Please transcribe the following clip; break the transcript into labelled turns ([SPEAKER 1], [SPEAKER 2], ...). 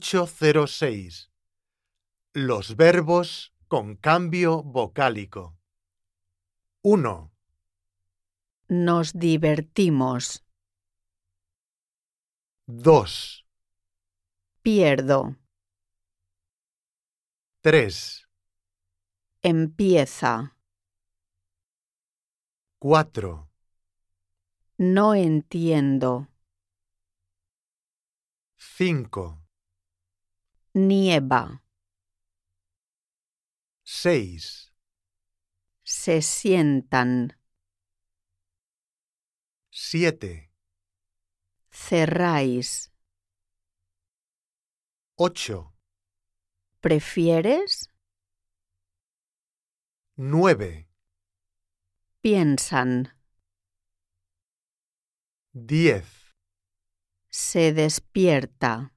[SPEAKER 1] 806. Los verbos con cambio vocálico. 1,
[SPEAKER 2] Nos divertimos.
[SPEAKER 1] 2,
[SPEAKER 2] Pierdo.
[SPEAKER 1] 3,
[SPEAKER 2] Empieza.
[SPEAKER 1] 4,
[SPEAKER 2] No entiendo.
[SPEAKER 1] 5,
[SPEAKER 2] Nieva.
[SPEAKER 1] 6,
[SPEAKER 2] Se sientan.
[SPEAKER 1] 7,
[SPEAKER 2] Cerráis.
[SPEAKER 1] 8,
[SPEAKER 2] ¿Prefieres?
[SPEAKER 1] 9,
[SPEAKER 2] Piensan.
[SPEAKER 1] 10.
[SPEAKER 2] Se despierta.